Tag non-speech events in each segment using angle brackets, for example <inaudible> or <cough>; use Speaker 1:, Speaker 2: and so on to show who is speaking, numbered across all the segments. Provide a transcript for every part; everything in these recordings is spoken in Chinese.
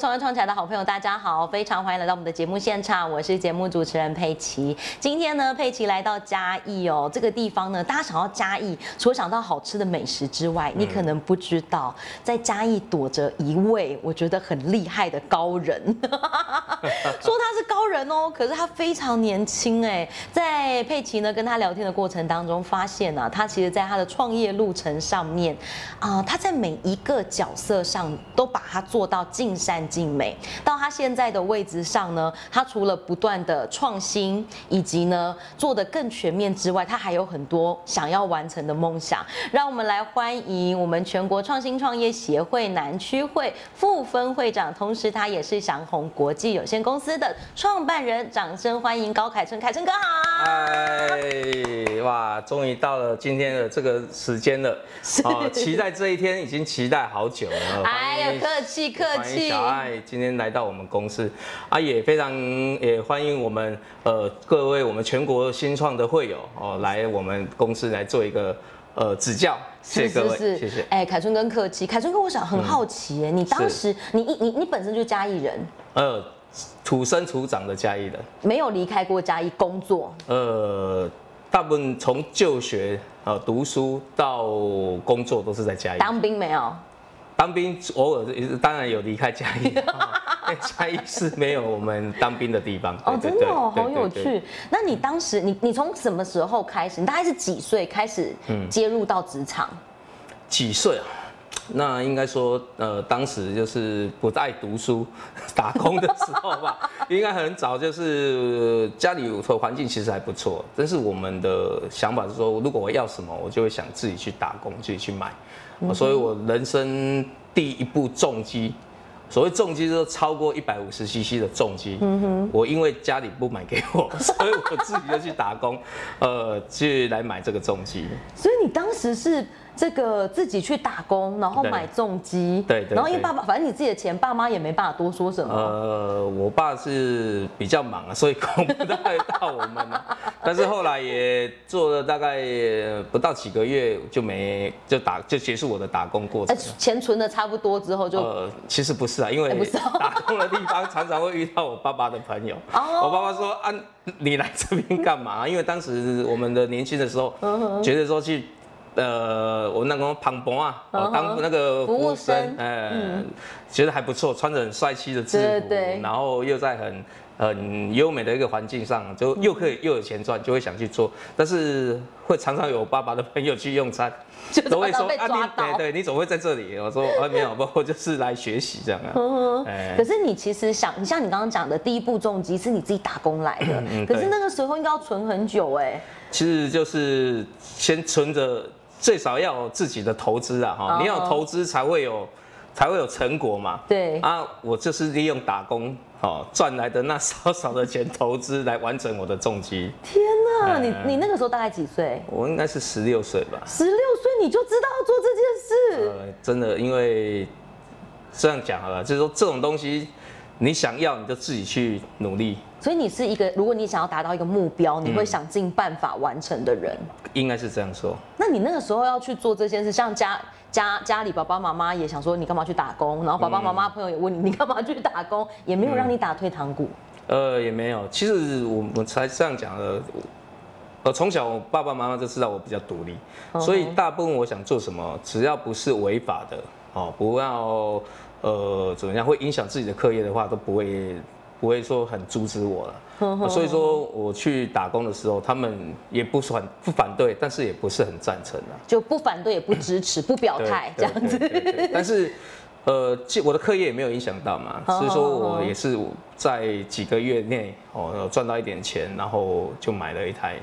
Speaker 1: 创业创起来的好朋友，大家好，非常欢迎来到我们的节目现场，我是节目主持人佩奇。今天呢，佩奇来到嘉义哦，这个地方呢，大家想到嘉义，除了想到好吃的美食之外，你可能不知道，在嘉义躲着一位我觉得很厉害的高人，说他是高人哦，可是他非常年轻哎。在佩奇呢跟他聊天的过程当中，发现啊，他其实在他的创业路程上面啊、他在每一个角色上都把它做到尽善尽美。到他现在的位置上呢，他除了不断的创新，以及呢做的更全面之外，他还有很多想要完成的梦想。让我们来欢迎我们全国创新创业协会南区会副分会长，同时他也是祥宏国际有限公司的创办人，掌声欢迎高凯春，凯春哥好。
Speaker 2: 哎，哇，终于到了今天的这个时间了，啊，期待这一天已经期待好久
Speaker 1: <laughs>
Speaker 2: 了。
Speaker 1: 哎呀
Speaker 2: 欢迎
Speaker 1: 客气客气
Speaker 2: 欢迎小爱今天来到我们公司，啊，也非常也欢迎我们呃各位我们全国新创的会友哦来我们公司来做一个呃指教，
Speaker 1: 是
Speaker 2: 谢谢各
Speaker 1: 是
Speaker 2: 位，
Speaker 1: 是，
Speaker 2: 谢谢。
Speaker 1: 哎，凯春跟客气，哎凯春哥，我想很好奇耶，你当时你一你你本身就是嘉义人，
Speaker 2: 呃，土生土长的嘉义人，
Speaker 1: 没有离开过嘉义工作，
Speaker 2: 呃，大部分从就学呃读书到工作都是在嘉义。
Speaker 1: 当兵没有？
Speaker 2: 当兵偶尔也是当然有离开嘉义， <laughs> 哦因为嘉义是没有我们当兵的地方。
Speaker 1: 哦，
Speaker 2: 对
Speaker 1: 真
Speaker 2: 对
Speaker 1: 的哦，
Speaker 2: 对
Speaker 1: 好
Speaker 2: 对
Speaker 1: 有
Speaker 2: 对
Speaker 1: 趣。那你当时你你从什么时候开始？你大概是几岁开始
Speaker 2: 嗯
Speaker 1: 接入到职场？
Speaker 2: 几岁啊？那应该说，呃，当时就是不爱读书、打工的时候吧， <laughs> 应该很早，就是呃家里有环境其实还不错，但是我们的想法是说，如果我要什么，我就会想自己去打工，自己去买，所以我人生第一步重击。所谓重击就是超过一百五十 CC 的重击，我因为家里不买给我， <laughs> 所以我自己就去打工，呃，去来买这个重击。
Speaker 1: 所以你当时是这个自己去打工，然后
Speaker 2: 对
Speaker 1: 买重机，
Speaker 2: 对对
Speaker 1: 然后因为
Speaker 2: 对
Speaker 1: 爸爸，反正你自己的钱，爸妈也没办法多说什么。
Speaker 2: 呃，我爸是比较忙啊，所以管不太到我们嘛。 <laughs> 但是后来也做了大概不到几个月，就没就打就结束我的打工过
Speaker 1: 哎，
Speaker 2: 程。
Speaker 1: 钱存的差不多之后就
Speaker 2: 呃，其实不是啊，因为
Speaker 1: 不是哦
Speaker 2: <laughs> 打工的地方常常会遇到我爸爸的朋友。
Speaker 1: 哦
Speaker 2: 我爸爸说：“啊，你来这边干嘛？” <laughs> 因为当时我们的年轻的时候，
Speaker 1: 嗯
Speaker 2: 觉得说去。呃，我那个旁伯啊，哦当那个
Speaker 1: 嗯服务生嗯
Speaker 2: 呃，觉得还不错，穿着很帅气的制
Speaker 1: 对
Speaker 2: 服
Speaker 1: 对，
Speaker 2: 然后又在很很优美的一个环境上，就又可以
Speaker 1: 嗯
Speaker 2: 又有钱赚，就会想去做，但是会常常有爸爸的朋友去用餐，
Speaker 1: 就 <laughs>
Speaker 2: 都会
Speaker 1: 常
Speaker 2: 说
Speaker 1: 常被抓
Speaker 2: 啊，你
Speaker 1: 到
Speaker 2: 对对，你怎么会在这里？我说啊，没有，不，我就是来学习这样
Speaker 1: 嗯
Speaker 2: 啊。哎
Speaker 1: 可是你其实想，你像你刚刚讲的第一步重击是你自己打工来的，可是
Speaker 2: 嗯对
Speaker 1: 那个时候应该要存很久哎。
Speaker 2: 其实就是先存着，最少要有自己的投资啊，哈，
Speaker 1: 哦
Speaker 2: 你要有投资才会有才会有成果嘛。
Speaker 1: 对
Speaker 2: 啊，我就是利用打工哦赚来的那少少的钱投资来完成我的重击。
Speaker 1: 天哪，你
Speaker 2: 哎
Speaker 1: 你那个时候大概几岁？
Speaker 2: 我应该是十六岁吧，
Speaker 1: 嗯十六岁你就知道要做这件事，
Speaker 2: 呃，真的，因为这样讲好了，就是说这种东西，你想要你就自己去努力，
Speaker 1: 所以你是一个，如果你想要达到一个目标，你会想尽办法完成的人。
Speaker 2: 应该是这样说。
Speaker 1: 那你那个时候要去做这件事，像家家家里爸爸妈妈也想说你干嘛去打工，然后爸爸妈妈朋友也问你你干嘛去打工，也没有让你打退堂鼓。
Speaker 2: 呃，也没有。其实我们才这样讲的。我呃，从小我爸爸妈妈就知道我比较独立，所以大部分我想做什么，只要不是违法的，哦，不要呃怎么样会影响自己的课业的话，都不会不会说很阻止我了。呃所以说我去打工的时候，他们也不是很不反对，但是也不是很赞成啊。
Speaker 1: 就不反对也不支持，不表
Speaker 2: 对
Speaker 1: 态这
Speaker 2: 对
Speaker 1: 样子。
Speaker 2: 对对对但是，呃，其我的课业也没有影响到嘛，
Speaker 1: 好
Speaker 2: 所以说
Speaker 1: 好好
Speaker 2: 我也是在几个月内哦有赚到一点钱，然后就买了一台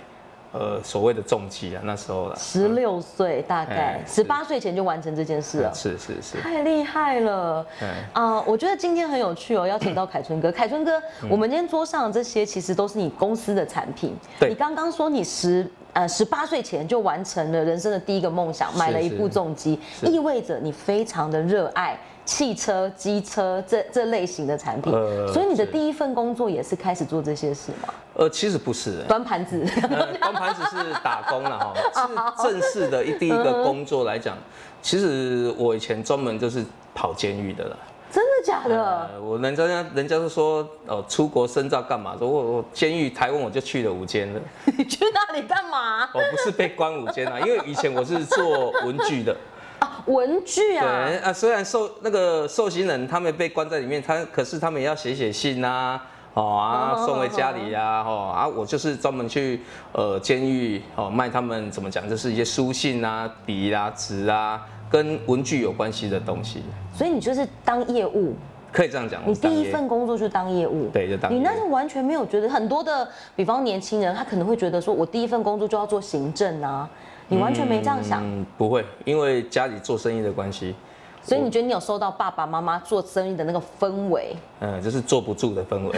Speaker 2: 呃所谓的重机啊，那时候啦，
Speaker 1: 十六岁大概
Speaker 2: 哎，
Speaker 1: 十
Speaker 2: 是
Speaker 1: 八岁前就完成这件事了。
Speaker 2: 是是是，
Speaker 1: 太厉害了，
Speaker 2: 哎
Speaker 1: 啊、我觉得今天很有趣哦，邀请到凯春
Speaker 2: <clears throat>
Speaker 1: 哥。凯春哥，
Speaker 2: 嗯
Speaker 1: 我们今天桌上的这些其实都是你公司的产品。
Speaker 2: 对
Speaker 1: 你刚刚说你十呃十八岁前就完成了人生的第一个梦想，
Speaker 2: 是
Speaker 1: 买了一部重机，
Speaker 2: 是
Speaker 1: 意味着你非常的热爱汽车、机车这这类型的产品。
Speaker 2: 呃
Speaker 1: 所以你的
Speaker 2: 是
Speaker 1: 第一份工作也是开始做这些事吗？
Speaker 2: 呃，其实不是、欸。
Speaker 1: 端盘
Speaker 2: <laughs>
Speaker 1: 子。
Speaker 2: 呃，光盘只是打工了哈，
Speaker 1: <laughs>
Speaker 2: 是正式的一第一个工作来讲，其实我以前专门就是跑监狱的啦。
Speaker 1: 真的假的？
Speaker 2: 呃，我人家人家就说，哦，出国深造干嘛？说我我监狱台湾我就去了五间了，
Speaker 1: 你去那里干嘛？
Speaker 2: 我哦不是被关五间啊，因为以前我是做文具
Speaker 1: <laughs>
Speaker 2: 的，
Speaker 1: 啊，文具啊
Speaker 2: 对，啊，虽然受那个受刑人他们被关在里面，他可是他们也要写写信啊，哦啊，送回家里啊，哦啊，我就是专门去呃监狱哦卖他们怎么讲，就是一些书信啊、笔啊、纸啊，跟文具有关系的东西，
Speaker 1: 所以你就是当业务，
Speaker 2: 可以这样讲。
Speaker 1: 你
Speaker 2: 我是当
Speaker 1: 第一
Speaker 2: 业
Speaker 1: 份工作就当业务，
Speaker 2: 对就当业务
Speaker 1: 你那时候完全没有觉得很多的，比方年轻人他可能会觉得说，我第一份工作就要做行政啊，你完全没这样想，
Speaker 2: 嗯，不会，因为家里做生意的关系，
Speaker 1: 所以你觉得你有受到爸爸妈妈做生意的那个氛围？
Speaker 2: 嗯，就是坐不住的氛
Speaker 1: <laughs>
Speaker 2: 围，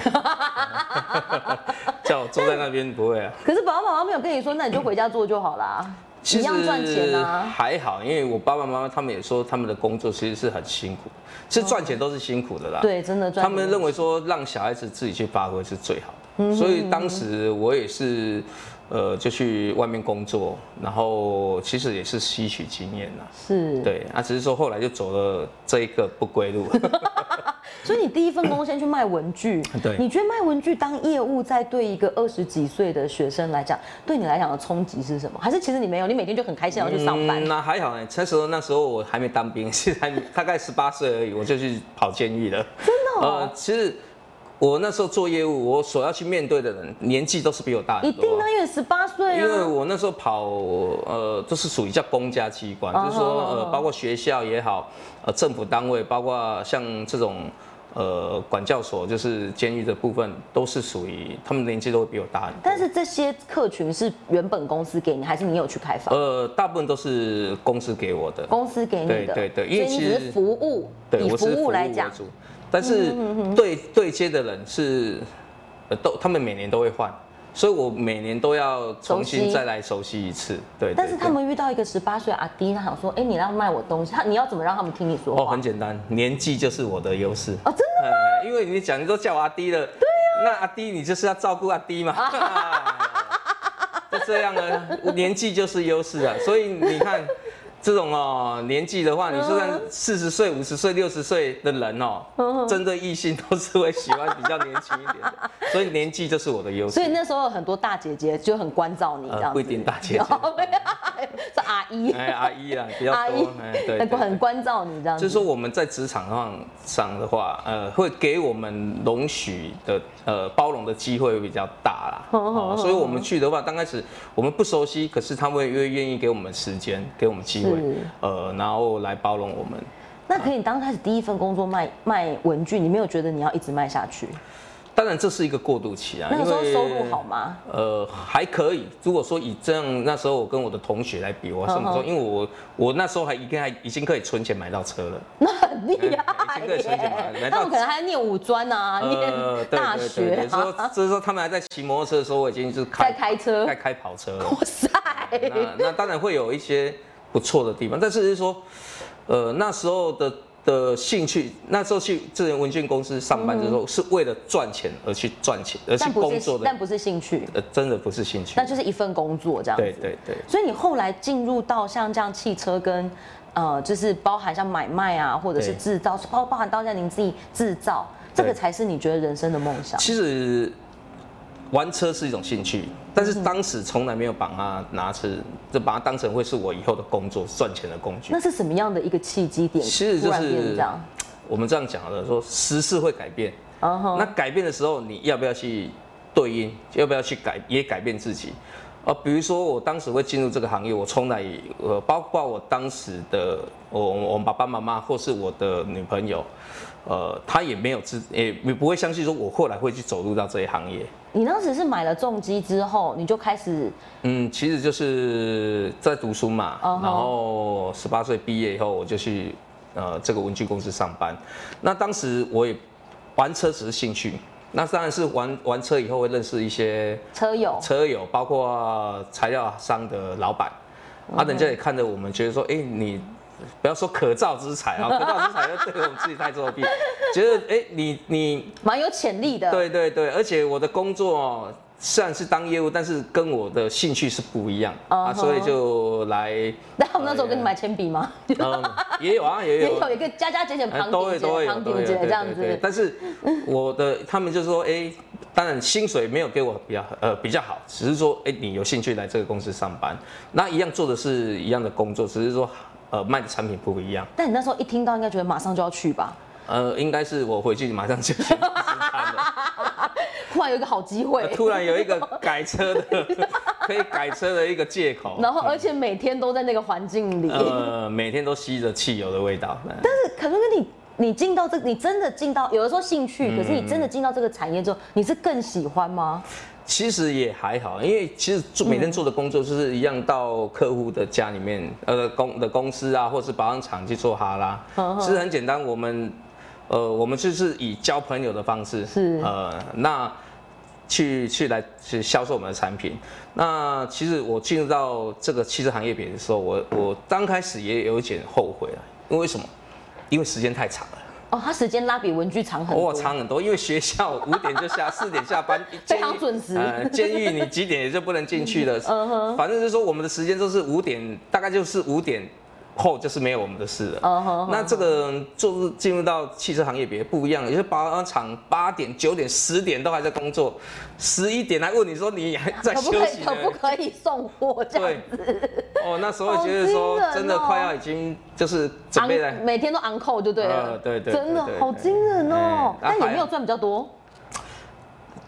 Speaker 2: <laughs> 叫我坐在那边不会啊。
Speaker 1: 可是爸爸妈妈没有跟你说，那你就回家做就好
Speaker 2: 啊
Speaker 1: 啦，一样赚钱啊。
Speaker 2: 还好，因为我爸爸妈妈他们也说他们的工作其实是很辛苦，其实赚钱都是辛苦的啦。
Speaker 1: 哦对，真的赚。
Speaker 2: 他们认为说让小孩子自己去发挥是最好
Speaker 1: 嗯
Speaker 2: 的，所以当时我也是，呃，就去外面工作，然后其实也是吸取经验啦。
Speaker 1: 是，
Speaker 2: 对，啊，只是说后来就走了这一个不归路。，
Speaker 1: 所以你第一份工先去卖文具
Speaker 2: 嗯对
Speaker 1: 你觉得卖文具当业务，在对一个二十几岁的学生来讲，对你来讲的冲击是什么？还是其实你没有，你每天就很开心要去上班？
Speaker 2: 嗯那还好呢，那时候那时候我还没当兵， <laughs> 是还大概十八岁而已，我就去跑监狱了。真
Speaker 1: 的哦
Speaker 2: 呃，其实我那时候做业务，我所要去面对的人年纪都是比我大
Speaker 1: 一
Speaker 2: 很多
Speaker 1: 定
Speaker 2: 啊。
Speaker 1: 啊，因为十八岁
Speaker 2: 因为
Speaker 1: 啊。
Speaker 2: 我那时候跑，呃，就是属于叫公家机关，
Speaker 1: 哦
Speaker 2: 就是说，
Speaker 1: 哦
Speaker 2: 呃
Speaker 1: 哦，
Speaker 2: 包括学校也好，呃，政府单位，包括像这种，呃，管教所，就是监狱的部分，都是属于他们年纪都会比我大很多。
Speaker 1: 但是这些客群是原本公司给你，还是你有去开发？
Speaker 2: 呃，大部分都是公司给我的。
Speaker 1: 公司给你的，
Speaker 2: 对对对因
Speaker 1: 所以你
Speaker 2: 为其
Speaker 1: 只
Speaker 2: 实
Speaker 1: 是服务，
Speaker 2: 对，
Speaker 1: 以
Speaker 2: 我是
Speaker 1: 务来讲嗯
Speaker 2: 为，主，但是对对接的人是，呃，都他们每年都会换，所以我每年都要
Speaker 1: 熟
Speaker 2: 重新
Speaker 1: 悉
Speaker 2: 再来熟悉一次。对，对
Speaker 1: 但是他
Speaker 2: 对
Speaker 1: 们遇到一个十八岁的阿弟，他想说，哎、你要卖我东西，他你要怎么让他们听你说
Speaker 2: 哦，
Speaker 1: 话？
Speaker 2: 很简单，年纪就是我的优势。
Speaker 1: 哦，真的
Speaker 2: 呃因为你讲你都叫我阿弟了，对
Speaker 1: 啊
Speaker 2: 呀、那阿弟你就是要照顾阿弟嘛，就这样啊，年纪就是优势啊，所以你看。这种哦，年纪的话，你就
Speaker 1: 嗯
Speaker 2: 算四十岁、五十岁、六十岁的人哦，针对异性都是会喜欢比较年轻一点的，所以年纪就是我的优势
Speaker 1: 所。以那时候有很多大姐姐就很关照你这样
Speaker 2: 呃，
Speaker 1: 子，
Speaker 2: 不一定大姐姐，
Speaker 1: <laughs> 是阿姨，
Speaker 2: 哎，阿姨啊，比较
Speaker 1: 阿姨
Speaker 2: 多，哎，对，对对
Speaker 1: 很关照你这样
Speaker 2: 就是
Speaker 1: 子。
Speaker 2: 说我们在职场上上的话，呃，会给我们容许的呃包容的机会会比较大
Speaker 1: <laughs>
Speaker 2: 啦。哦，所以我们去的话，刚开始我们不熟悉，可是他们会愿意给我们时间，给我们机会
Speaker 1: 是，
Speaker 2: 呃，然后来包容我们。
Speaker 1: 那可以，你刚开始第一份工作卖卖文具，你没有觉得你要一直卖下去？
Speaker 2: 当然这是一个过渡期啊，
Speaker 1: 那个时候
Speaker 2: 因为
Speaker 1: 收入好吗？
Speaker 2: 呃，还可以。如果说以这样，那时候我跟我的同学来比，我这
Speaker 1: 嗯
Speaker 2: 么说，因为我我那时候还已经还已经可以存钱买到车了。
Speaker 1: 那很厉害
Speaker 2: 哎已经可以存钱买了
Speaker 1: 耶！
Speaker 2: 来
Speaker 1: 那
Speaker 2: 到
Speaker 1: 我可能还念五专啊，
Speaker 2: 呃，
Speaker 1: <laughs> 念
Speaker 2: 对
Speaker 1: 大
Speaker 2: 对对
Speaker 1: 学
Speaker 2: 对，
Speaker 1: 啊， <laughs>
Speaker 2: 说就是说他们还在骑摩托车的时候，我已经是开
Speaker 1: 在开车
Speaker 2: 在开跑车
Speaker 1: <laughs>
Speaker 2: 了。
Speaker 1: 哇塞！
Speaker 2: 那那当然会有一些不错的地方，但是是说，呃，那时候的的兴趣，那时候去这些文件公司上班的时候，是为了赚钱而去赚钱，而去
Speaker 1: 嗯但不
Speaker 2: 工
Speaker 1: 是
Speaker 2: 作，的
Speaker 1: 但，不是兴趣，
Speaker 2: 呃，真的不是兴趣
Speaker 1: 那。就是一份工作这样
Speaker 2: 对
Speaker 1: 子。
Speaker 2: 对对。
Speaker 1: 所以你后来进入到像这样汽车跟，呃，就是包含像买卖啊，或者是
Speaker 2: 对
Speaker 1: 制造，包包含到像您自己制造，这个
Speaker 2: 对
Speaker 1: 才是你觉得人生的梦想。
Speaker 2: 其实玩车是一种兴趣，
Speaker 1: 嗯
Speaker 2: 但是当时从来没有把它拿成，就把它当成会是我以后的工作赚钱的工具。
Speaker 1: 那是什么样的一个契机点？
Speaker 2: 其实就
Speaker 1: 突然变
Speaker 2: 是
Speaker 1: 这样。嗯
Speaker 2: 我们这样讲的，说时事会改变，
Speaker 1: 然后
Speaker 2: 那改变的时候，你要不要去对应？要不要去改？也改变自己。呃，比如说我当时会进入这个行业，我从来也呃，包括我当时的呃我我爸爸妈妈或是我的女朋友，呃，她也没有知也也不会相信说我后来会去走入到这一行业。
Speaker 1: 你当时是买了重机之后，你就开始
Speaker 2: 嗯，其实就是在读书嘛
Speaker 1: 哦吼
Speaker 2: 然后十八岁毕业以后，我就去呃这个文具公司上班。那当时我也玩车只是兴趣，那当然是玩玩车以后会认识一些
Speaker 1: 车友，
Speaker 2: 车友，包括材料商的老板，啊，人家也看着我们，觉得说，哎、你不要说可造之材啊，可造之材又对我们自己太作弊，觉得哎、诶你你
Speaker 1: 蛮有潜力的。
Speaker 2: 对对对，而且我的工作哦虽然是当业务，但是跟我的兴趣是不一样、
Speaker 1: 嗯哼
Speaker 2: 啊，所以就来。
Speaker 1: 那他们那时候
Speaker 2: 哎
Speaker 1: 跟你买铅笔吗？
Speaker 2: 嗯，也有啊，也
Speaker 1: <laughs> 也
Speaker 2: 有，
Speaker 1: 有一个加加减减
Speaker 2: 哎
Speaker 1: 旁
Speaker 2: 都会
Speaker 1: 听
Speaker 2: 都会
Speaker 1: 节、
Speaker 2: 有
Speaker 1: 旁
Speaker 2: 都会
Speaker 1: 听
Speaker 2: 有，
Speaker 1: 节
Speaker 2: 对
Speaker 1: 这样
Speaker 2: 对对
Speaker 1: 子。
Speaker 2: 但是我的他们就说，哎，当然薪水没有给我比较呃比较好，只是说，哎，你有兴趣来这个公司上班，那一样做的是一样的工作，只是说呃卖的产品不一样。
Speaker 1: 但你那时候一听到，应该觉得马上就要去吧？
Speaker 2: 呃，应该是我回去马上就
Speaker 1: <laughs>
Speaker 2: 先
Speaker 1: 突然有一个好机会，
Speaker 2: 啊突然有一个改车
Speaker 1: <laughs>
Speaker 2: 的可以改车的一个借口，
Speaker 1: 然后而且每天都在那个环境里。
Speaker 2: <laughs> 呃，每天都吸着汽油的味道。
Speaker 1: 但是可是跟你你进到这，你真的进到有的时候兴趣，可是你真的进到这个产业之后，你是更喜欢吗？
Speaker 2: 其实也还好，因为其实做每天做的工作就是一样，到客户的家里面，呃，公的公司啊，或是保养厂去做哈拉
Speaker 1: 嗯，
Speaker 2: 其实很简单。我们，呃，我们就是以交朋友的方式，
Speaker 1: 是
Speaker 2: 呃，那去去来去销售我们的产品。那其实我进入到这个汽车行业别的时候，我我刚开始也有一点后悔啊，因为什么？因为时间太长了。
Speaker 1: 哦，它时间拉比文具长很
Speaker 2: 哦我
Speaker 1: 多。
Speaker 2: 长很多，因为学校五点就
Speaker 1: <laughs>
Speaker 2: 下，四点下班，
Speaker 1: 非常准时嗯
Speaker 2: 呃监狱你几点也就不能进
Speaker 1: <laughs>
Speaker 2: 去了。反正就是说我们的时间都是五点，大概就是五点后就是没有我们的事了。
Speaker 1: 嗯哼
Speaker 2: 那这个就是进入到汽车行业别不一样，有些保养厂八点、九点、十点都还在工作，十一点还问你说你还在
Speaker 1: 可不
Speaker 2: 休
Speaker 1: 可
Speaker 2: 息
Speaker 1: 以
Speaker 2: 呢
Speaker 1: 可。不可以送货这样
Speaker 2: 对，哦，那时候觉得说
Speaker 1: 好惊人哦
Speaker 2: 真的快要已经就是准备来
Speaker 1: 昂每天都昂扣就对了，
Speaker 2: 呃对对
Speaker 1: 真的
Speaker 2: 对对对
Speaker 1: 好惊人哦！
Speaker 2: 哎啊
Speaker 1: 那有
Speaker 2: 还
Speaker 1: 没有赚比较多？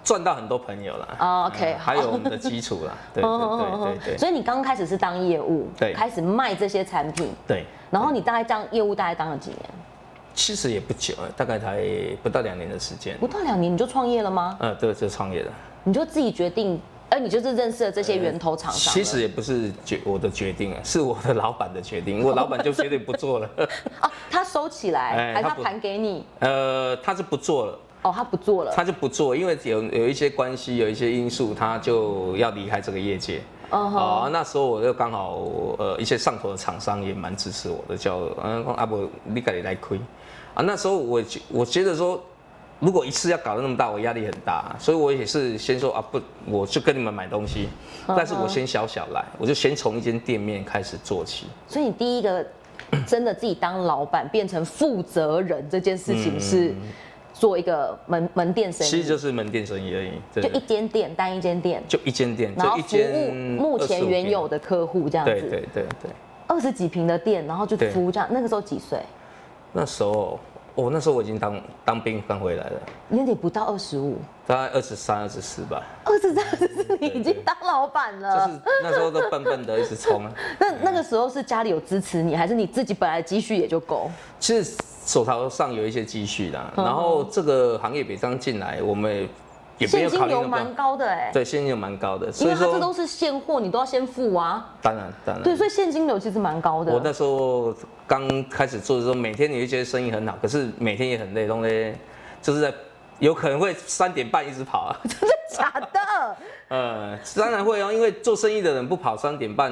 Speaker 2: 赚到很多朋友啦。嗯
Speaker 1: 哦，OK，
Speaker 2: 还有我们的基
Speaker 1: <laughs>
Speaker 2: 础啦。对
Speaker 1: 嗯
Speaker 2: 对对对对
Speaker 1: 所以你刚开始是当业务，
Speaker 2: 对
Speaker 1: 开始卖这些产品，
Speaker 2: 对。
Speaker 1: 然后你大概当业务大概当了几年？
Speaker 2: 其实也不久，大概才不到两年的时间。
Speaker 1: 不到两年你就创业了吗？
Speaker 2: 呃，对，就创业了。
Speaker 1: 你就自己决定，哎，你就是认识了这些源头厂商了。
Speaker 2: 其实也不是决我的决定啊，是我的老板的决定。我老板就决定不做了。 <laughs>
Speaker 1: 啊，他收起来，
Speaker 2: 哎
Speaker 1: 还是他
Speaker 2: 他不
Speaker 1: 盘给你？
Speaker 2: 呃，他是不做了，
Speaker 1: 哦，他不做了。
Speaker 2: 他就不做，因为有有一些关系，有一些因素，他就要离开这个业界。
Speaker 1: 嗯哼
Speaker 2: 哦，那时候我就刚好，呃，一些上头的厂商也蛮支持我的，叫嗯，阿伯你赶紧来亏啊。那时候我觉我觉得说，如果一次要搞得那么大，我压力很大，所以我也是先说啊不，我就跟你们买东西，
Speaker 1: 嗯
Speaker 2: 但是我先小小来，我就先从一间店面开始做起。
Speaker 1: 所以你第一个真的自己当老板变成负责人这件事情是做一个门门店生
Speaker 2: 嗯其
Speaker 1: 意
Speaker 2: 实，就是门店生意而已，对
Speaker 1: 就一间店单一间店，
Speaker 2: 就一间店，
Speaker 1: 然
Speaker 2: 就
Speaker 1: 后
Speaker 2: 一
Speaker 1: 服
Speaker 2: 间
Speaker 1: 务目前
Speaker 2: 25
Speaker 1: 原有
Speaker 2: 平，
Speaker 1: 的客户这样
Speaker 2: 对
Speaker 1: 子，
Speaker 2: 对对对。
Speaker 1: 二十几平的店，然后就
Speaker 2: 对
Speaker 1: 服务这样。那个时候几岁？
Speaker 2: 那时候，哦，那时候我已经当当兵刚回来了，
Speaker 1: 年底不到二十五，
Speaker 2: 大概二十三、二十四吧，
Speaker 1: 二十三、二十四，你已经当老板
Speaker 2: 就
Speaker 1: 了。
Speaker 2: 是那时候都笨笨的一直
Speaker 1: <laughs>
Speaker 2: 冲啊。
Speaker 1: 那那个时候是家里有支持你，还是你自己本来积蓄也就够？
Speaker 2: 其实手头上有一些积蓄啦，
Speaker 1: 嗯
Speaker 2: 然后这个行业别刚进来，我们也没
Speaker 1: 现
Speaker 2: 有考
Speaker 1: 金
Speaker 2: 虑那
Speaker 1: 流
Speaker 2: 么
Speaker 1: 蛮
Speaker 2: 多，
Speaker 1: 高的哎、
Speaker 2: 对，现金流蛮高的，
Speaker 1: 因
Speaker 2: 所
Speaker 1: 为
Speaker 2: 以
Speaker 1: 它这都
Speaker 2: 说
Speaker 1: 是现货，你都要先付啊。
Speaker 2: 当然当然，
Speaker 1: 对，所以现金流其实蛮高的。
Speaker 2: 我那时候刚开始做的时候，每天你就觉得生意很好，可是每天也很累，弄得就是在有可能会三点半一直跑啊。
Speaker 1: 真的 <laughs> 假的？
Speaker 2: 呃，当然会哦，因为做生意的人不跑三点半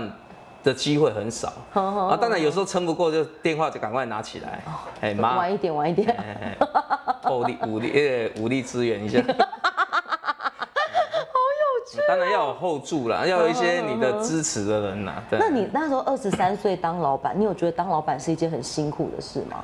Speaker 2: 的机会很少啊。当然有时候撑不过就电话就赶快拿起来，
Speaker 1: <laughs>
Speaker 2: 哎妈，
Speaker 1: 晚一点，晚一点。
Speaker 2: 哎哎
Speaker 1: <laughs>
Speaker 2: 武力武力呃武力支援一下。好有
Speaker 1: 啊
Speaker 2: 趣、当然要有后助啦，要有一些你的支持的人啦。对
Speaker 1: 那你那时候二十三岁当老板，你有觉得当老板是一件很辛苦的事吗？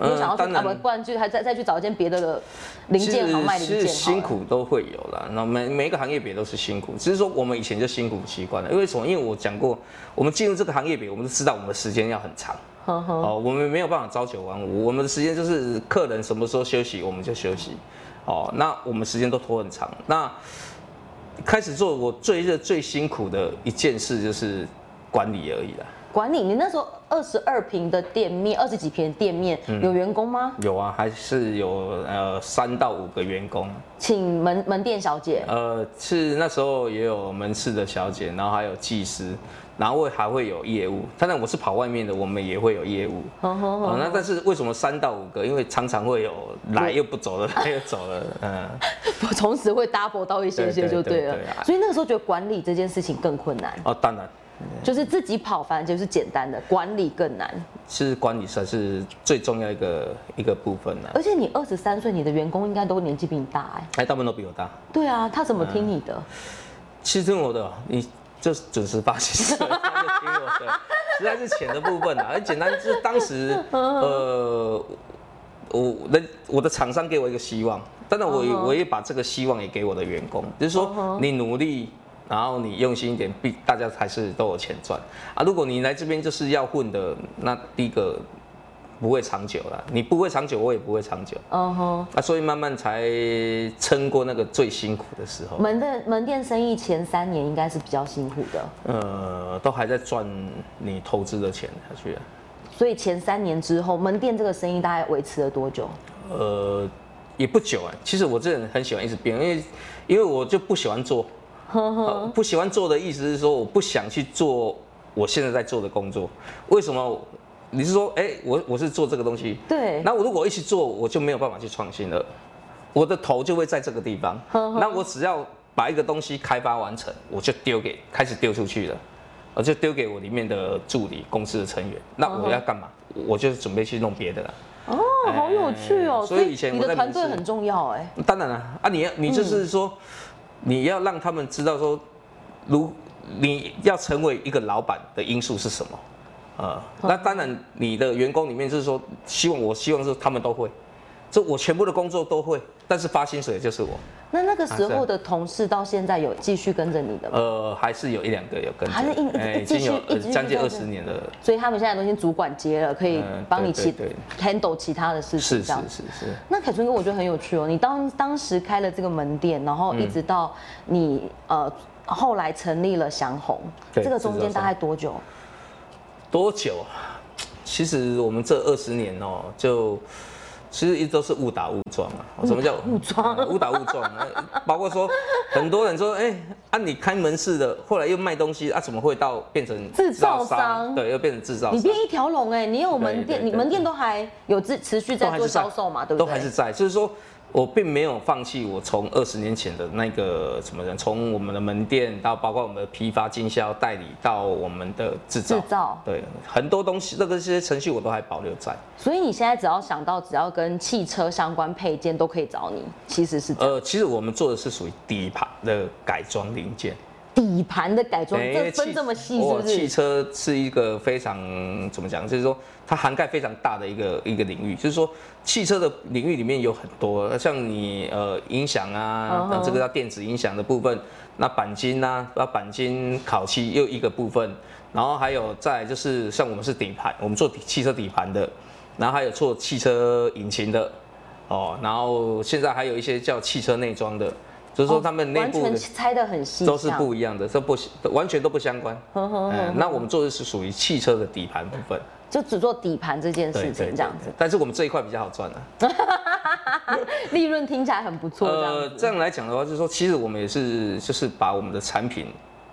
Speaker 1: 你有想要
Speaker 2: 呃当
Speaker 1: 去啊不，
Speaker 2: 然
Speaker 1: 不然就还再再去找一间别的的零
Speaker 2: 其
Speaker 1: 件
Speaker 2: 实
Speaker 1: 行卖零
Speaker 2: 其
Speaker 1: 件
Speaker 2: 实
Speaker 1: 好了
Speaker 2: 辛。苦都会有啦，那每每一个行业别都是辛苦，只是说我们以前就辛苦习惯了。因为什么？因为我讲过，我们进入这个行业别，我们都知道我们的时间要很长。
Speaker 1: 呵呵
Speaker 2: 哦，我们没有办法朝九晚五，我们的时间就是客人什么时候休息我们就休息。哦，那我们时间都拖很长。那开始做我最热最辛苦的一件事就是管理而已啦。
Speaker 1: 管理，你那时候二十二平的店面，二十几平的店面、
Speaker 2: 嗯
Speaker 1: 有员工吗？
Speaker 2: 有啊，还是有呃三到五个员工，
Speaker 1: 请门门店小姐。 <laughs>
Speaker 2: 呃是那时候也有门市的小姐，然后还有技师，然后还会有业务。当然我是跑外面的，我们也会有业务。
Speaker 1: 呵呵
Speaker 2: 哦，那但是为什么三到五个？因为常常会有来又不走了，来又走了，嗯。
Speaker 1: 同时会 double 到一些些就对了
Speaker 2: 对对对对。啊
Speaker 1: 所以那个时候觉得管理这件事情更困难。
Speaker 2: 哦，当然，
Speaker 1: 就是自己跑，反正就是简单的，管理更难。
Speaker 2: 是管理才是最重要一个一个部分啦。
Speaker 1: 而且你二十三岁，你的员工应该都年纪比你大哎。
Speaker 2: 哎，大部分都比我大。
Speaker 1: 对啊，他怎么听你的？
Speaker 2: 其实我的，你就准时发薪水， <laughs> 他就听我的，实在是钱的部分啊。很简单，就是当时呃，我的我的厂商给我一个希望，当然我也我也把这个希望也给我的员工，就是说你努力。然后你用心一点，必大家还是都有钱赚啊！如果你来这边就是要混的，那第一个不会长久了，你不会长久，我也不会长久
Speaker 1: 嗯哼。
Speaker 2: 啊，所以慢慢才撑过那个最辛苦的时候。
Speaker 1: 门的门店生意前三年应该是比较辛苦的，
Speaker 2: 呃，都还在赚你投资的钱下去、啊。
Speaker 1: 所以前三年之后，门店这个生意大概维持了多久？
Speaker 2: 呃，也不久啊。其实我这人很喜欢一直变，因为因为我就不喜欢做，呃不喜欢做的意思是说我不想去做我现在在做的工作。为什么？你是说，哎、我我是做这个东西，
Speaker 1: 对，
Speaker 2: 那我如果一起做，我就没有办法去创新了，我的头就会在这个地方。那我只要把一个东西开发完成，我就丢给开始丢出去了，我就丢给我里面的助理、公司的成员。那我要干嘛？我就准备去弄别的了。
Speaker 1: 哦，好有趣哦！
Speaker 2: 哎所以以前
Speaker 1: 你
Speaker 2: 我在
Speaker 1: 的团队
Speaker 2: 民宿
Speaker 1: 很重要哎，
Speaker 2: 当然了、啊，你要你就是
Speaker 1: 嗯
Speaker 2: 说，你要让他们知道说，如你要成为一个老板的因素是什么。呃，那当然，你的员工里面就是说，希望我希望是他们都会，这我全部的工作都会，但是发薪水的就是我，
Speaker 1: 那那个时
Speaker 2: 啊是
Speaker 1: 候
Speaker 2: 啊
Speaker 1: 的同事到现在有继续跟着你的吗？
Speaker 2: 呃，还是有一两个有跟着，
Speaker 1: 还是一
Speaker 2: 哎
Speaker 1: 一
Speaker 2: 已
Speaker 1: 继
Speaker 2: 经有
Speaker 1: 续
Speaker 2: 呃
Speaker 1: 一直
Speaker 2: 将近
Speaker 1: 这
Speaker 2: 二
Speaker 1: 样
Speaker 2: 十年了，
Speaker 1: 所以他们现在都已经主管接了，可以
Speaker 2: 嗯
Speaker 1: 帮你
Speaker 2: 对
Speaker 1: 其
Speaker 2: 对
Speaker 1: handle 其他的事
Speaker 2: 是
Speaker 1: 情这
Speaker 2: 是
Speaker 1: 样。
Speaker 2: 是是。
Speaker 1: 那凯春哥，我觉得很有趣哦。你当当时开了这个门店，然后一直到你、呃后来成立了祥红，
Speaker 2: 对
Speaker 1: 这个中间
Speaker 2: 制造商
Speaker 1: 大概多久？
Speaker 2: 多久啊？其实我们这二十年哦、就其实一直都是误打误撞啊。什么叫误撞？呃 <laughs> 误打误撞啊，呃包括说很多人说，哎、啊你开门市的，后来又卖东西，啊怎么会到变成
Speaker 1: 制造商
Speaker 2: 对，又变成制造
Speaker 1: 你
Speaker 2: 商
Speaker 1: 变。一条龙哎，你有门
Speaker 2: 对对
Speaker 1: 店，
Speaker 2: 对
Speaker 1: 你门店都还有自持续在做销售嘛，对不
Speaker 2: 都
Speaker 1: 对？
Speaker 2: 还是在，就是说我并没有放弃我从二十年前的那个什么人，从我们的门店到包括我们的批发、经销、代理到我们的制造，
Speaker 1: 制造
Speaker 2: 对很多东西，那个这些程序我都还保留在。
Speaker 1: 所以你现在只要想到只要跟汽车相关配件都可以找你，其实是这样
Speaker 2: 呃，其实我们做的是属于底盘的改装零件，
Speaker 1: 底盘的改装，
Speaker 2: 对哎因
Speaker 1: 这
Speaker 2: 为
Speaker 1: 分
Speaker 2: 汽
Speaker 1: 这么细是
Speaker 2: 哦
Speaker 1: 不
Speaker 2: 汽
Speaker 1: 是？
Speaker 2: 车是一个非常怎么讲，就是说它涵盖非常大的一个一个领域，就是说汽车的领域里面有很多，像你呃音响啊，
Speaker 1: 嗯
Speaker 2: 那
Speaker 1: 哼
Speaker 2: 这个叫电子音响的部分，那钣金啊，那钣金烤漆又一个部分，然后还有再来就是像我们是底盘，我们做底汽车底盘的，然后还有做汽车引擎的。哦，然后现在还有一些叫汽车内装的，就是说他们内
Speaker 1: 哦完
Speaker 2: 部的、
Speaker 1: 全拆的很细，
Speaker 2: 都是
Speaker 1: 这样
Speaker 2: 不一样的，这不完全都不相关。嗯，那我们做的是属于汽车的底盘部分，
Speaker 1: 就只做底盘这件事嗯情这样子，。
Speaker 2: 但是我们这一块比较好赚啊。
Speaker 1: 利润听起来很不错这样子。
Speaker 2: 呃这样来讲的话，就是说，其实我们也是就是把我们的产品，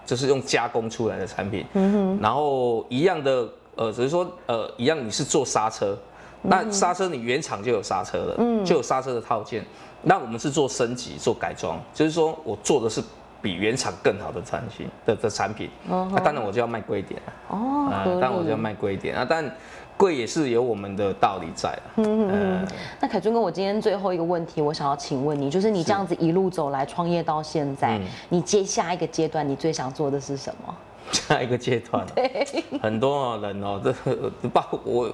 Speaker 2: 就是用加工出来的产品，
Speaker 1: 嗯
Speaker 2: 然后一样的，呃，只是说，呃，一样你是做刹车，
Speaker 1: 嗯
Speaker 2: 那刹车你原厂就有刹车了，就有刹车的套件，那我们是做升级、做改装，就是说我做的是。比原厂更好的产品的的产品，那、
Speaker 1: 嗯
Speaker 2: 当然我就要卖贵一点啊
Speaker 1: 哦，
Speaker 2: 啊，
Speaker 1: 合
Speaker 2: 但我就要
Speaker 1: 理。
Speaker 2: 卖贵一点啊，但贵也是有我们的道理在啊。嗯嗯
Speaker 1: 那凯君哥，我今天最后一个问题，我想要请问你，就是你这样子一路走来创业到现在，
Speaker 2: 嗯
Speaker 1: 你接下一个阶段你最想做的是什么？
Speaker 2: 下一个阶
Speaker 1: <laughs>
Speaker 2: 段哦、很多哦人哦，这个包括我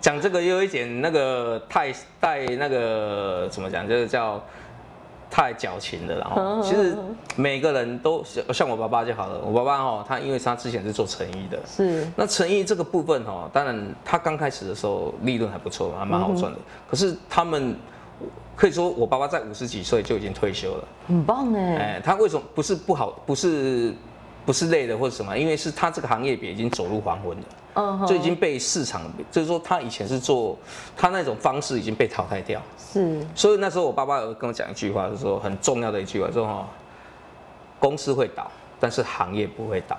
Speaker 2: 讲这个又有一点那个太太那个怎么讲，就是叫太矫情的
Speaker 1: 嗯
Speaker 2: 啦。哦其实每个人都像我爸爸就好了，我爸爸哦，他因为他之前是做成衣的，
Speaker 1: 是
Speaker 2: 那成衣这个部分哦，当然他刚开始的时候利润还不错，还蛮好赚
Speaker 1: 嗯
Speaker 2: 的。可是他们可以说，我爸爸在五十几岁就已经退休了。
Speaker 1: 很棒哎，
Speaker 2: 哎，他为什么不是不好，不是不是累的或者什么？因为是他这个行业别已经走入黄昏了，
Speaker 1: 嗯哼，
Speaker 2: 就已经被市场，就是说他以前是做他那种方式已经被淘汰掉。
Speaker 1: 是
Speaker 2: 所以那时候我爸爸有跟我讲一句话，就是说很重要的一句话，说哈，公司会倒，但是行业不会倒。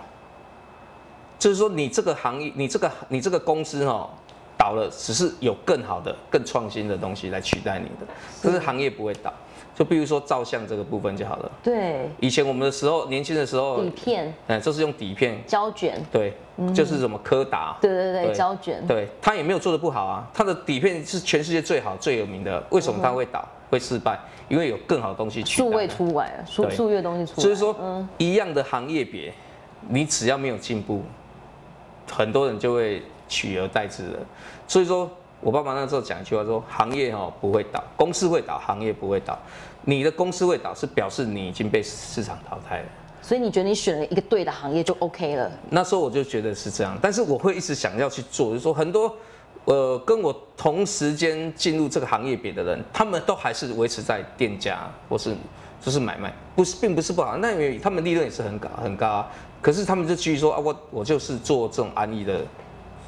Speaker 2: 就是说你这个行业，你这个你这个公司哦，倒了，只是有更好的、更创新的东西来取代你的，但是行业不会倒。就比如说照相这个部分就好了，
Speaker 1: 对，
Speaker 2: 以前我们的时候，年轻的时候
Speaker 1: 底，片、
Speaker 2: 哎，就是用底片，
Speaker 1: 胶卷，
Speaker 2: 对，就是什么柯达，
Speaker 1: 对对对，胶卷，
Speaker 2: 对，他也没有做的不好啊，他的底片是全世界最好、最有名的，为什么他会倒、会失败？因为有更好的东西取代
Speaker 1: 嗯数位嗯
Speaker 2: 了
Speaker 1: 出来了，数
Speaker 2: 对
Speaker 1: 数月东西出来了，
Speaker 2: 所以说，一样的行业别，你只要没有进步，很多人就会取而代之了。所以说我爸爸那时候讲一句话说：行业哦不会倒，公司会倒，行业不会倒。你的公司会倒，是表示你已经被市场淘汰了。
Speaker 1: 所以你觉得你选了一个对的行业就 OK 了，
Speaker 2: 那时候我就觉得是这样，但是我会一直想要去做，就是说很多。呃，跟我同时间进入这个行业别的人，他们都还是维持在店家或是就是买卖，不是并不是不好，那因为他们利润也是很高很高啊。可是他们就继续说啊，我我就是做这种安逸的、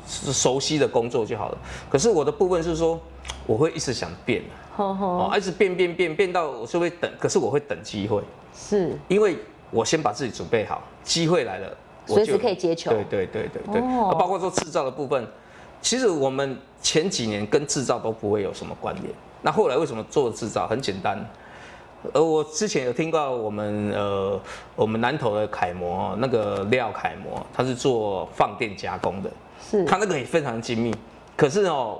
Speaker 2: 熟悉的工作就好了。可是我的部分是说，我会一直想变啊，
Speaker 1: 吼吼，
Speaker 2: 哦，一直变变变变到我就会等，可是我会等机会。
Speaker 1: 是
Speaker 2: 因为我先把自己准备好，机会来了，我
Speaker 1: 随时
Speaker 2: 就
Speaker 1: 可以接球
Speaker 2: 对对对对对，
Speaker 1: 哦
Speaker 2: 啊包括说制造的部分，其实我们前几年跟制造都不会有什么关联。那后来为什么做制造？很简单。呃，我之前有听过我们呃，我们南投的楷模那个廖楷模，他是做放电加工的，
Speaker 1: 是
Speaker 2: 他那个也非常精密。可是哦，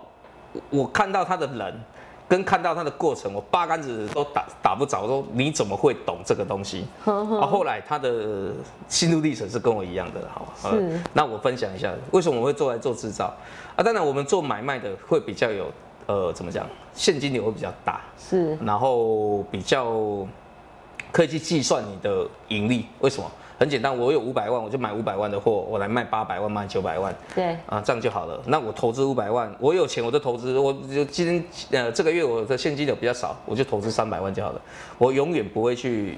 Speaker 2: 我我看到他的人，跟看到他的过程，我八竿子都打打不着。说你怎么会懂这个东西？啊，后来他的呃心路历程是跟我一样的，好，好
Speaker 1: 是
Speaker 2: 那我分享一下为什么我会做来做制造啊？当然，我们做买卖的会比较有呃，怎么讲，现金流会比较大，
Speaker 1: 是
Speaker 2: 然后比较可以去计算你的盈利。为什么？很简单，我有五百万，我就买五百万的货，我来卖八百万，卖九百万。
Speaker 1: 对，
Speaker 2: 啊，这样就好了。那我投资五百万，我有钱我就投资，我就今天呃这个月我的现金流比较少，我就投资三百万就好了。我永远不会去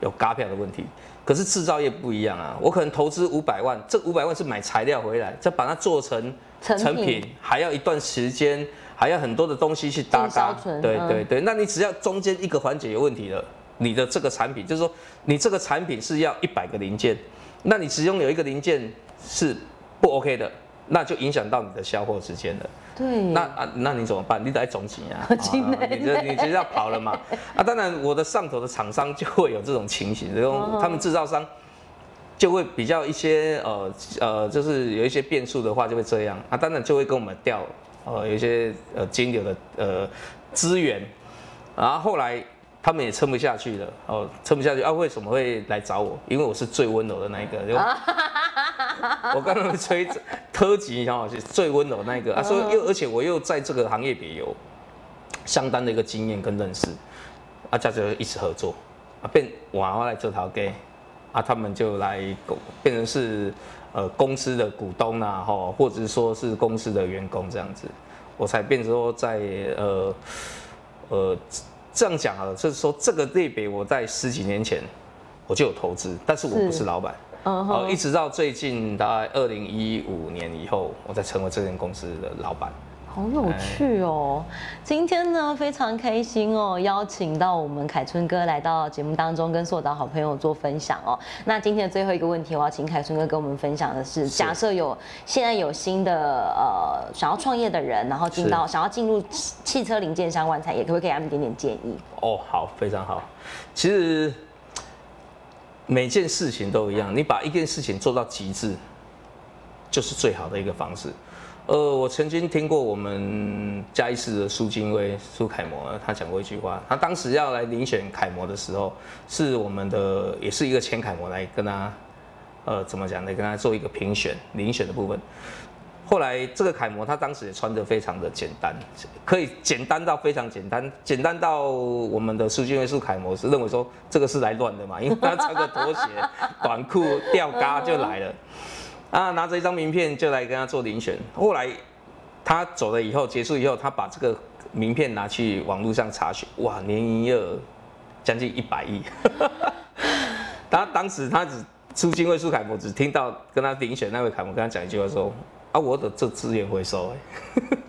Speaker 2: 有嘎票的问题。可是制造业不一样啊，我可能投资五百万，这五百万是买材料回来，再把它做成
Speaker 1: 成品
Speaker 2: 还要一段时间，还要很多的东西去搭
Speaker 1: 进销
Speaker 2: 嘎。
Speaker 1: 存
Speaker 2: 对
Speaker 1: 嗯
Speaker 2: 对对，那你只要中间一个环节有问题了，你的这个产品就是说，你这个产品是要一百个零件，那你其中有一个零件是不 OK 的，那就影响到你的销货时间了。
Speaker 1: 对，
Speaker 2: 那啊，那你怎么办？你得总结啊，
Speaker 1: 真的
Speaker 2: 啊你这你就要跑了嘛。啊，当然我的上头的厂商就会有这种情形，然后他们制造商就会比较一些呃呃，就是有一些变数的话就会这样啊，当然就会跟我们调呃有一些呃金流的呃资源，然后后来。他们也撑不下去了，哦，撑不下去啊！为什么会来找我？因为我是最温柔的那一个，就我刚刚吹 <laughs> 特级哈是最温柔那一个啊，所以又而且我又在这个行业里有相当的一个经验跟认识，啊，这样就一起合作啊，变娃娃来做陶给啊，他们就来公变成是呃公司的股东啊，吼，或者是说是公司的员工这样子，我才变成说在呃呃这样讲好了，就是说这个类别我在十几年前我就有投资，但是我不
Speaker 1: 是
Speaker 2: 是老板。
Speaker 1: 嗯
Speaker 2: 哦，
Speaker 1: 哼
Speaker 2: 一直到最近大概二零一五年以后，我才成为这间公司的老板。
Speaker 1: 好有趣哦！今天呢，非常开心哦，邀请到我们凯春哥来到节目当中，跟硕导好朋友做分享哦。那今天的最后一个问题，我要请凯春哥跟我们分享的是，
Speaker 2: 是
Speaker 1: 假设有现在有新的呃想要创业的人，然后进到想要进入汽汽车零件相关产业，可不可以给他们一点点建议？
Speaker 2: 哦，好，非常好。其实每件事情都一样，你把一件事情做到极致，就是最好的一个方式。呃，我曾经听过我们嘉义市的苏金威、苏楷模，他讲过一句话，他当时要来遴选楷模的时候，是我们的也是一个前楷模来跟他，呃，怎么讲呢？跟他做一个评选、遴选的部分。后来这个楷模他当时也穿得非常的简单，可以简单到非常简单，简单到我们的苏俊威素楷模是认为说这个是来乱的嘛，因为他穿个拖鞋、短裤、吊嘎就来了，啊，拿着一张名片就来跟他做遴选。后来他走了以后，结束以后，他把这个名片拿去网络上查询，哇，年营业额将近一百亿。他当时他只出金位苏凯模，只听到跟他遴选那位凯模跟他讲一句话说：“啊，我的这资源回收、欸。”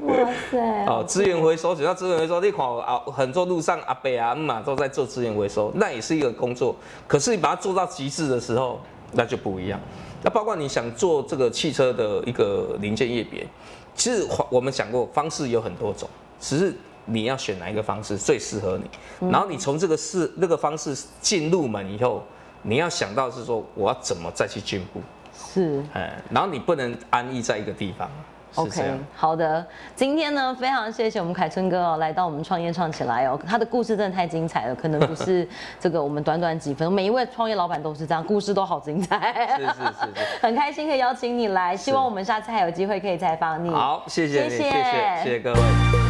Speaker 1: 哇塞
Speaker 2: 哦，资源回收，只要资源回收，你看我啊，很多路上阿伯啊、阿姆啊都在做资源回收，那也是一个工作。可是你把它做到极致的时候，那就不一样。那包括你想做这个汽车的一个零件业别，其实我我们讲过，方式有很多种，只是你要选哪一个方式最适合你，然后你从这个事那个方式进入门以后，你要想到是说我要怎么再去进步，
Speaker 1: 是。
Speaker 2: 哎，然后你不能安逸在一个地方，是这
Speaker 1: OK，
Speaker 2: 样。
Speaker 1: 好的，今天呢，非常谢谢我们凯春哥哦，来到我们创业唱起来哦，他的故事真的太精彩了，可能不是这个我们短短几分钟，每一位创业老板都是这样，故事都好精彩， <laughs>
Speaker 2: 是是是是。
Speaker 1: 很开心可以邀请你来，希望
Speaker 2: 是
Speaker 1: 我们下次还有机会可以采访你。
Speaker 2: 好，谢谢你，
Speaker 1: 谢
Speaker 2: 谢
Speaker 1: 谢
Speaker 2: 谢谢谢各位。